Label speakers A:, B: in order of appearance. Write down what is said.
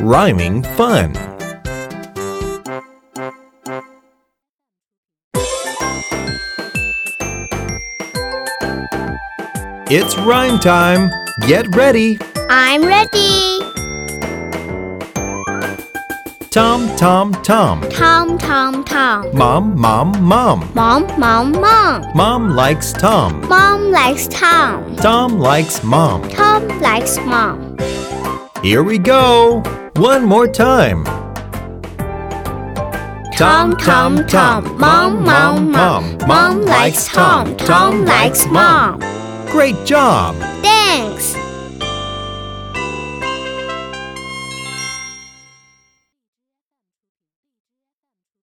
A: Rhyming Fun. It's rhyme time. Get ready.
B: I'm ready.
A: Tom, Tom, Tom.
B: Tom, Tom, Tom.
A: Mom, Mom, Mom.
B: Mom, Mom, Mom.
A: Mom likes Tom.
B: Mom likes Tom.
A: Tom likes Mom.
B: Tom likes Mom.
A: Here we go. One more time.
B: Tom, Tom, Tom. Mom, Mom, Mom. Mom likes Tom. Tom likes Mom.
A: Great job.
B: Thanks.